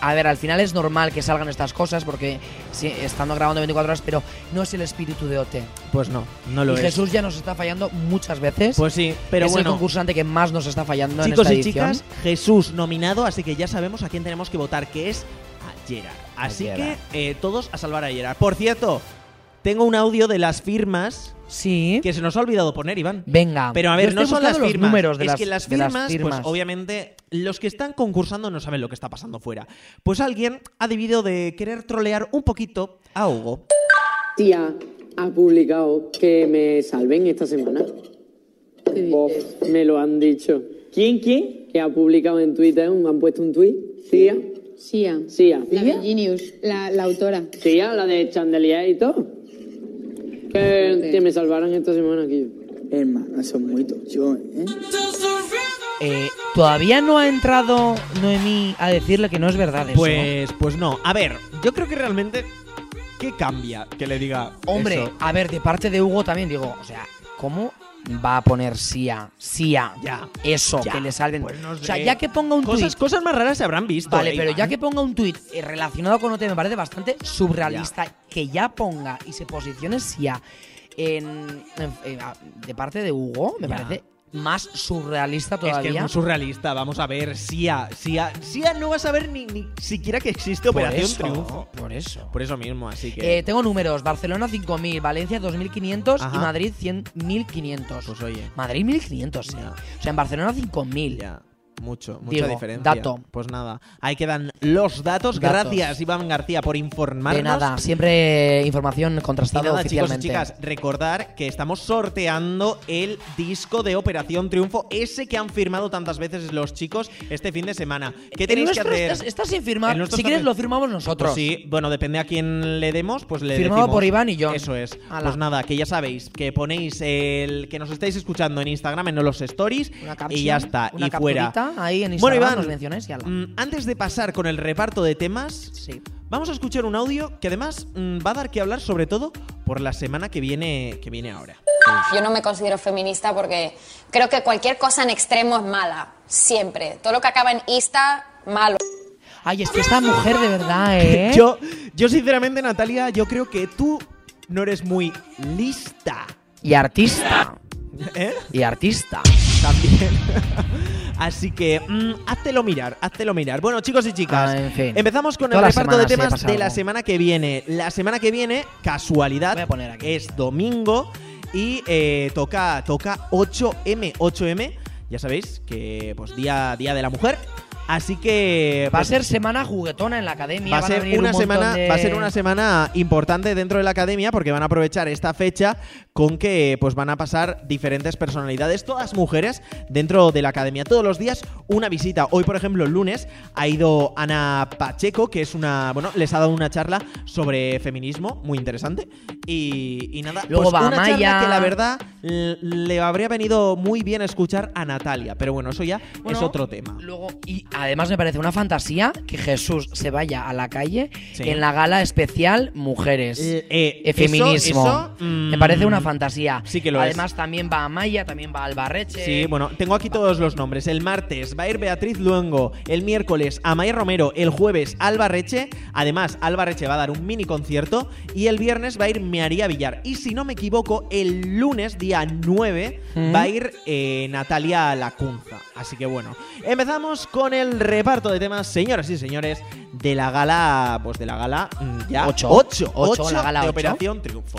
B: a ver, al final es normal que salgan estas cosas porque sí, estando grabando 24 horas, pero no es el espíritu de OT.
A: Pues no, no lo
B: y
A: es.
B: Jesús ya nos está fallando muchas veces.
A: Pues sí, pero
B: es el
A: bueno.
B: concursante que más nos está fallando
A: Chicos
B: en
A: y
B: esta edición.
A: chicas, Jesús nominado, así que ya sabemos a quién tenemos que votar, que es a Gerard. Así
B: A
A: que
B: Gerard.
A: eh, todos a salvar a Gerard. Por cierto, tengo un audio de las firmas
B: Sí.
A: que se nos ha olvidado poner, Iván.
B: Venga.
A: Pero a ver,
B: Yo estoy
A: no son las
B: buscando los
A: firmas.
B: números de
A: es
B: las-
A: que las
B: de
A: firmas,
B: las firmas.
A: pues obviamente, los que están concursando no saben lo que está pasando fuera. Pues alguien ha debido de querer trolear un poquito a Hugo.
J: Tía ha publicado que me salven esta semana. Bof, me lo han dicho. ¿Quién, quién? Que ha publicado en Twitter, un- han puesto un tweet. Tía.
K: Sia.
J: Sia.
K: La Virginius, la, la autora.
J: Tía, la de Chandelier y todo. Que, que me salvaran esta semana aquí. Hermano, son muy tochos, ¿eh?
B: Eh, todavía no ha entrado Noemí a decirle que no es verdad eso.
A: Pues, pues no. A ver, yo creo que realmente. ¿Qué cambia que le diga?
B: Hombre,
A: eso?
B: a ver, de parte de Hugo también digo, o sea, ¿cómo va a poner Sia? Sia.
A: Ya.
B: Eso,
A: Ya.
B: que le salven.
A: Pues no
B: O sea,
A: sé.
B: ya que ponga un
A: Cosas,
B: tweet.
A: cosas más raras se habrán visto.
B: Vale,
A: eh,
B: pero ya
A: Iván.
B: que ponga un tuit eh, relacionado con OT me parece bastante surrealista que ya ponga y se posicione Sia en, en- en- a- de parte de Hugo, me
A: Ya.
B: parece más surrealista
A: Es que es
B: todavía.
A: muy surrealista. Vamos a ver, Sia. Sia, Sia no va a saber ni, ni siquiera que existe
B: Por
A: Operación
B: eso,
A: Triunfo.
B: Por eso.
A: Por eso mismo, así que.
B: Eh, tengo números, Barcelona 5.000, Valencia 2.500
A: Ajá.
B: y Madrid 100.500.
A: pues oye,
B: Madrid 1.500, eh. O sea, en Barcelona 5.000.
A: ya. Mucho, mucha
B: Digo,
A: diferencia.
B: dato.
A: Pues nada, ahí quedan los datos.
B: Datos.
A: Gracias, Iván García, por informarnos.
B: De nada, siempre información
A: Y
B: contrastada
A: nada, chicos y
B: oficialmente.
A: chicas, recordar que estamos sorteando el disco de Operación Triunfo, ese que han firmado tantas veces los chicos este fin de semana. ¿Qué
B: El
A: tenéis que
B: nuestro
A: hacer?
B: Está, está sin
A: El
B: firmar.
A: nuestro
B: Si
A: está
B: quieres
A: bien.
B: lo firmamos nosotros.
A: Pues sí, bueno, depende a quién le demos, pues le
B: Firmado
A: decimos.
B: por Iván y John.
A: Eso es.
B: Ala.
A: Pues nada, que ya sabéis que ponéis el que nos estáis escuchando en Instagram, en los stories
B: Una caption,
A: y ya está
B: una
A: y fuera.
B: capturita ahí en
A: Bueno,
B: Instagram
A: Iván,
B: nos mencionáis y ala.
A: mm, antes de pasar con el reparto de temas,
B: Sí.
A: vamos a escuchar un audio que además mm, va a dar que hablar sobre todo por la semana que viene que viene ahora.
L: Yo no me considero feminista porque creo que cualquier cosa en extremo es mala, siempre. Todo lo que acaba en ista, malo.
B: Ay, es que esta mujer de verdad, ¿eh?
A: Yo yo sinceramente, Natalia, yo creo que tú no eres muy lista,
B: Y artista.
A: ¿eh? Pues
B: Y artista.
A: también. Así que mm, háztelo mirar, háztelo mirar. Bueno, chicos y chicas,
B: Ah, en fin.
A: empezamos con el
B: Todas las
A: reparto de
B: semanas, eh,
A: temas
B: pasa
A: de la
B: algo.
A: semana que viene. La semana que viene, casualidad,
B: Voy a poner aquí.
A: es domingo y eh, toca, toca 8M. 8M, ya sabéis que pues día, día de la mujer. Así que
B: Va a
A: pues,
B: ser semana juguetona en la academia.
A: Va a
B: van
A: ser
B: venir un
A: una
B: montón
A: semana,
B: de-
A: va a ser una semana importante dentro de la academia porque van a aprovechar esta fecha con que pues van a pasar diferentes personalidades, todas mujeres dentro de la academia. Todos los días una visita. Hoy, por ejemplo, el lunes ha ido Ana Pacheco, que es una, bueno, les ha dado una charla sobre feminismo muy interesante y, y nada,
B: Luego
A: pues
B: va
A: una charla
B: Amaya.
A: que la verdad l- le habría venido muy bien escuchar a Natalia, pero bueno, eso ya
B: Bueno, eh,
A: es otro tema.
B: Luego, y además me parece una fantasía que Jesús se vaya a la calle
A: Sí.
B: en la gala especial Mujeres.
A: Eh, eh,
B: Eh, feminismo.
A: eso, eso, mm,
B: me parece una fantasía.
A: sí que lo es.
B: Además, también va Amaya, también va Albarreche.
A: Sí, bueno, tengo aquí todos los nombres. El martes va a ir Beatriz Luengo, el miércoles Amaya Romero, el jueves Alba Reche. Además, Alba Reche va a dar un mini concierto y el viernes va a ir María Villar. Y si no me equivoco, el lunes, día 9,
B: ¿Mm?
A: va a ir eh, Natalia Lacunza. Así que bueno, empezamos con el reparto de temas, señoras y señores, de la gala, pues de la gala mm, ya
B: Ocho.
A: 8,
B: Ocho, la gala
A: de
B: ocho.
A: Operación Triunfo.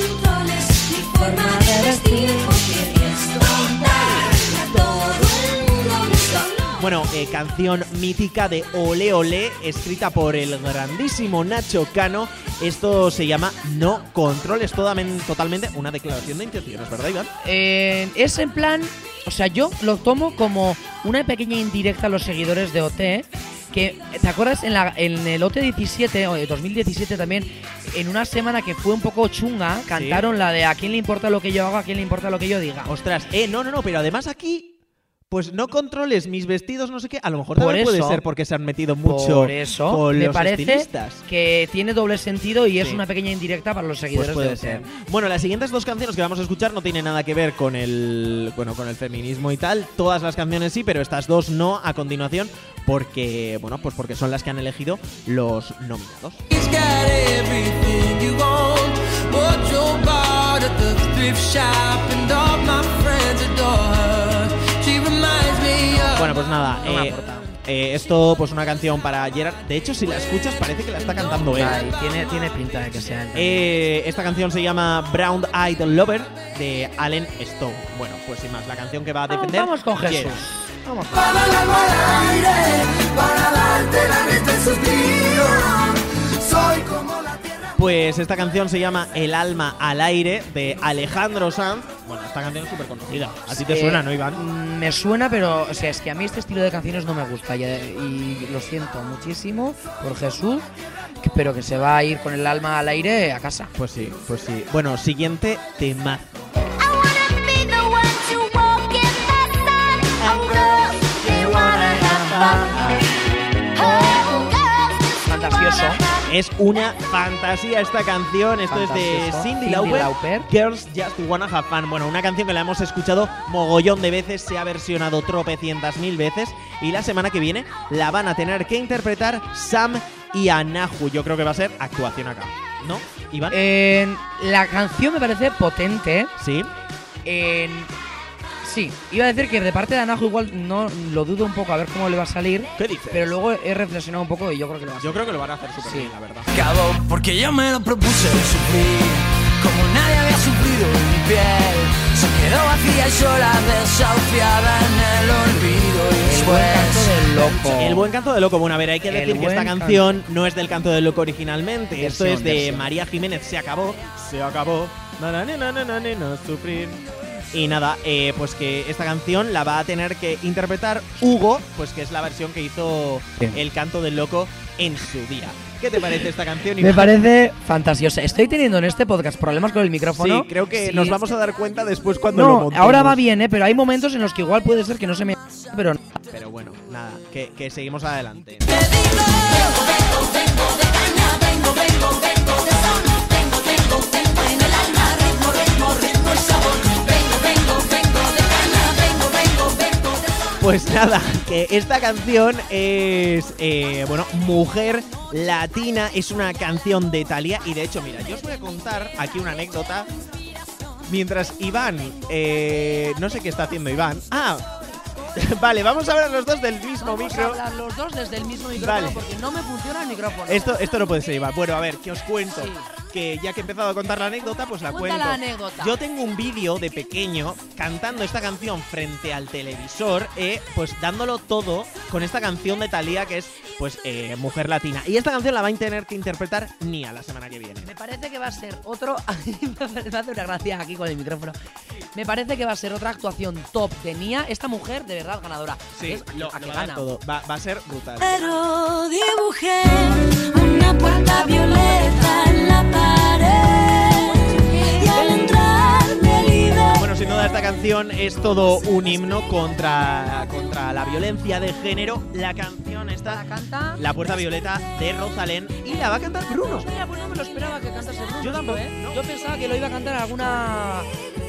E: controles mi forma de vestir porque esto da todo el mundo me solo.
A: Bueno, eh, canción mítica de Ole Ole, escrita por el grandísimo Nacho Cano. Esto se llama No controles Todamen- totalmente una declaración de intenciones, ¿verdad, Iván?
B: Eh, es en plan, o sea, yo lo tomo como una pequeña indirecta a los seguidores de OT. Que, ¿te acuerdas en, la- en el OT 17 o eh, de 2017 también? En una semana que fue un poco chunga, cantaron la de a quién le importa lo que yo hago, a quién le importa lo que yo diga.
A: Ostras, eh, no, no, no, pero además aquí pues no controles mis vestidos, no sé qué. A lo mejor
B: Por
A: también puede
B: eso-
A: ser porque se han metido mucho
B: Por eso,
A: con
B: me
A: los
B: parece
A: estilistas.
B: que tiene doble sentido y es una pequeña indirecta para los seguidores
A: Pues puede
B: de
A: ser.
B: OT.
A: Bueno, las siguientes dos canciones que vamos a escuchar no tienen nada que ver con el bueno, con el feminismo y tal. Todas las canciones sí, pero estas dos no a continuación porque bueno, pues porque son las que han elegido los nominados.
D: He's got everything you want. What you bought at the thrift shop, and all my friends adore her. She reminds me of.
A: Bueno, pues nada, eh, eh, esto pues una canción para Gerard. De hecho, si la escuchas parece que la está cantando él.
B: Ay, tiene, tiene pinta de que sea. entonces.
A: Eh, esta canción se llama Brown Eyed Lover de Allen Stone. Bueno, pues sin más, la canción que va a defender.
B: vamos con Jesús.
A: Vamos.
D: Para la al aire, para darte la vista en suspiro. Soy como la
A: Pues esta canción se llama El alma al aire de Alejandro Sanz. Bueno, esta canción es súper conocida. A ti te
B: Eh,
A: suena, ¿no, Iván?
B: Me suena, pero o sea, es que a mí este estilo de canciones no me gusta y, y lo siento muchísimo por Jesús, que- pero que se va a ir con el alma al aire a casa.
A: Pues sí, pues sí. Bueno, siguiente tema.
B: Fantasioso.
A: Es una fantasía esta canción. Esto es de
B: Fantasioso.
A: Cindy
B: Cyndi
A: Lauper.
B: Lauper.
A: Girls Just Wanna Have Fun. Bueno, una canción que la hemos escuchado mogollón de veces, se ha versionado tropecientas mil veces. Y la semana que viene la van a tener que interpretar Sam y Anahu. Yo creo que va a ser actuación acá. ¿No, Iván?
B: Eh, la canción me parece potente.
A: Sí.
B: En- Sí, iba a decir que de parte de Anajo igual no lo dudo un poco a ver cómo le va a salir.
A: ¿Qué dices?
B: Pero luego he reflexionado un poco y yo creo que lo va a
A: Yo creo que lo van a hacer súper bien, la verdad.
D: Cabrón, porque yo me lo propuse sufrir como nadie había sufrido en mi piel. Se quedó vacía y sola, desahuciada en el olvido y después.
B: loco.
A: El buen canto de loco. Bueno, a ver, hay que
B: El
A: decir que
B: buen
A: esta
B: canto.
A: canción no es del canto de loco originalmente. Esto
B: Versión,
A: es de
B: versión.
A: María Jiménez. Se acabó. Se acabó. Na, na, na, na, na, na, na, sufrir. Y nada, eh, pues que esta canción la va a tener que interpretar Hugo, pues que es la versión que hizo
B: Bien.
A: el canto del loco en su día. ¿Qué te parece esta canción?
B: Me
A: Iván?
B: parece fantasiosa. Estoy teniendo en este podcast problemas con el micrófono.
A: Sí, creo que
B: Sí.
A: nos vamos a dar cuenta después cuando lo
B: No,
A: montemos.
B: ahora va bien, ¿eh? Pero hay momentos en los que igual puede ser que no se me... Pero no.
A: Pero bueno, nada, que, que seguimos adelante. Pues nada, que esta canción es, eh, bueno, Mujer Latina, es una canción de Thalía y de hecho, mira, yo os voy a contar aquí una anécdota. Mientras Iván, eh, no sé qué está haciendo Iván. Ah, vale, vamos a hablar los dos del mismo micro.
B: los dos desde el mismo
A: micrófono Vale.
B: porque no me funciona el micrófono.
A: Esto, esto no puede ser Iván. Bueno, a ver, que os cuento. Que ya que he empezado a contar la anécdota, pues la
B: Cuenta
A: cuento.
B: la anécdota.
A: Yo tengo un vídeo de pequeño cantando esta canción frente al televisor, eh, pues dándolo todo con esta canción de Thalía que es, pues, eh, Mujer Latina. Y esta canción la va a tener que interpretar Nia la semana que viene.
B: Me parece que va a ser otro. me hace una gracia aquí con el micrófono. Me parece que va a ser otra actuación top de Nia. Esta mujer de verdad ganadora.
A: Sí,
B: Es a-
A: lo,
B: a
A: lo
B: que
A: va a dar
B: gana.
A: todo. Va, va a ser brutal.
E: Pero dibujé una puerta violeta en la pared y al entrar me liberé.
A: Bueno, sin duda esta canción es todo un himno contra, contra la violencia de género. La canción está...
B: Canta.
A: La Puerta Violeta de Rosalén y la va a cantar Bruno.
B: Mira, pues no me lo esperaba que cantase Bruno.
A: Yo tampoco.
B: ¿eh? Yo pensaba que lo iba a cantar alguna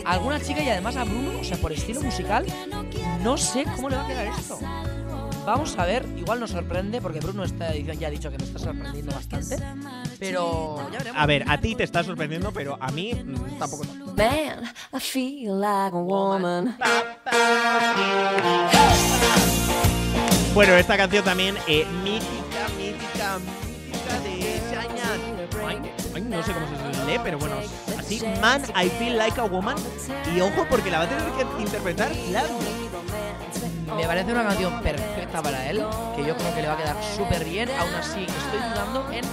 B: alguna chica y además a Bruno, o sea, por estilo musical, no sé cómo le va a quedar esto. Vamos a ver, igual nos sorprende porque Bruno esta edición ya ha dicho que me está sorprendiendo bastante, pero ya veremos.
A: A ver, a ti te está sorprendiendo, pero a mí mm, tampoco. tanto.
E: Man, I feel like a woman.
A: Bueno, esta canción también eh, mítica, mítica, mítica de Shania. Ay, ay, no sé cómo se lee, pero bueno, es así. Man, I feel like a woman. Y ojo, porque la va a tener que interpretar Flavio.
B: Me parece una canción perfecta para él, que yo creo que le va a quedar súper bien. Aún así, estoy dudando en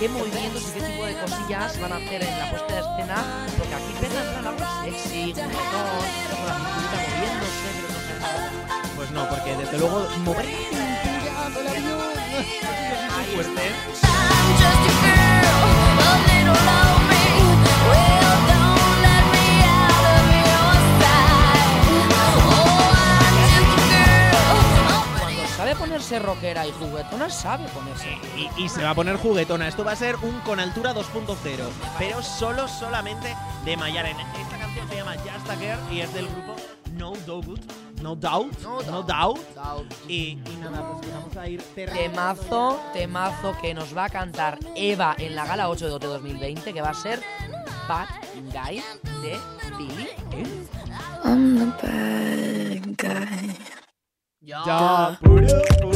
B: qué movimientos y qué tipo de cosillas van a hacer en la puesta de escena, porque aquí Fernanda algo sexy, juguetón, con la cinturita moviéndose, pero no sé nada.
A: Pues no, porque desde luego mover la cintura con la viola, es muy fuerte.
E: Oh,
B: rockera y juguetona sabe ponerse.
A: Y, y se va a poner juguetona. Esto va a ser un con altura 2.0, pero solo, solamente de Mayaren. Esta canción se llama Just a Girl y es del grupo No Doubt. No Doubt. No, doubt. Y, y nada, pues que vamos a ir cerrando.
B: Temazo, temazo que nos va a cantar Eva en la gala 8 de OT 2020, que va a ser Bad Guy de Billy.
E: I'm the bad guy.
A: Ya, puro, puro,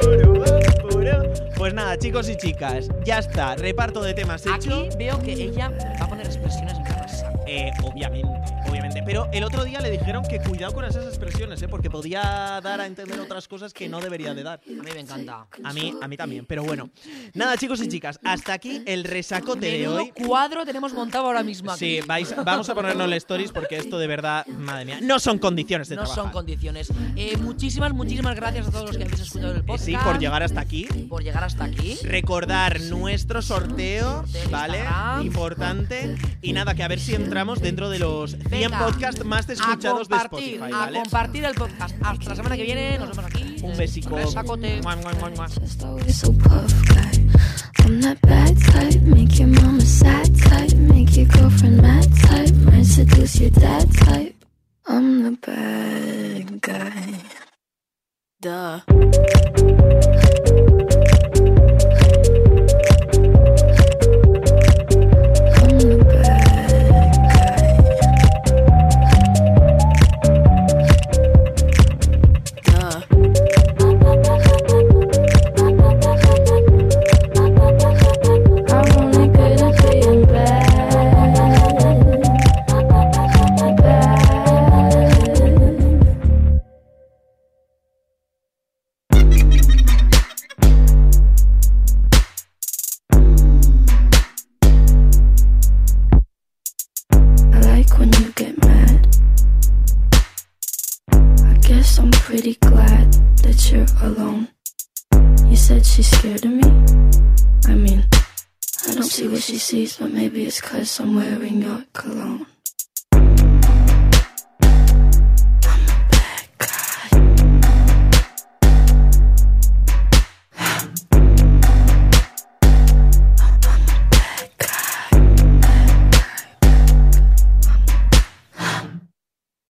A: puro, puro, puro. Pues nada, chicos y chicas, ya está. Reparto de temas hecho.
B: Aquí veo que ella va a poner expresiones raras.
A: Eh, obviamente, obviamente. Pero el otro día le dijeron que cuidado con esas expresiones, ¿eh? porque podía dar a entender otras cosas que no debería de dar.
B: A mí me encanta.
A: A mí, a mí también, pero bueno. Nada, chicos y chicas, hasta aquí el resacote de
B: Menudo
A: hoy.
B: cuadro tenemos montado ahora mismo aquí.
A: Sí, vais, vamos a ponernos en stories porque esto de verdad, madre mía, no son condiciones de
B: no
A: trabajo.
B: son condiciones. Eh, muchísimas, muchísimas gracias a todos los que habéis escuchado el podcast.
A: Eh, Sí, por llegar hasta aquí.
B: Por llegar hasta aquí.
A: Recordar nuestro sorteo, ¿vale?
B: Instagram.
A: Importante. Y nada, que a ver si entramos dentro de los 100
B: Venga,
A: podcasts más escuchados de
B: a compartir,
A: Spotify,
B: a
A: ¿vale?
B: compartir el podcast. Hasta la semana que viene. Nos vemos aquí.
A: Un besico.
B: Resacote.
E: So puff guy. I'm that bad type, make your mama sad type, make your girlfriend mad type, might seduce your dad type. I'm the bad guy. Duh. I'm only good at being bad. I like when you get mad. I guess I'm pretty glad that you're alone. You said she's scared of me. I mean, I don't see what she sees, but maybe it's cause I'm wearing your cologne.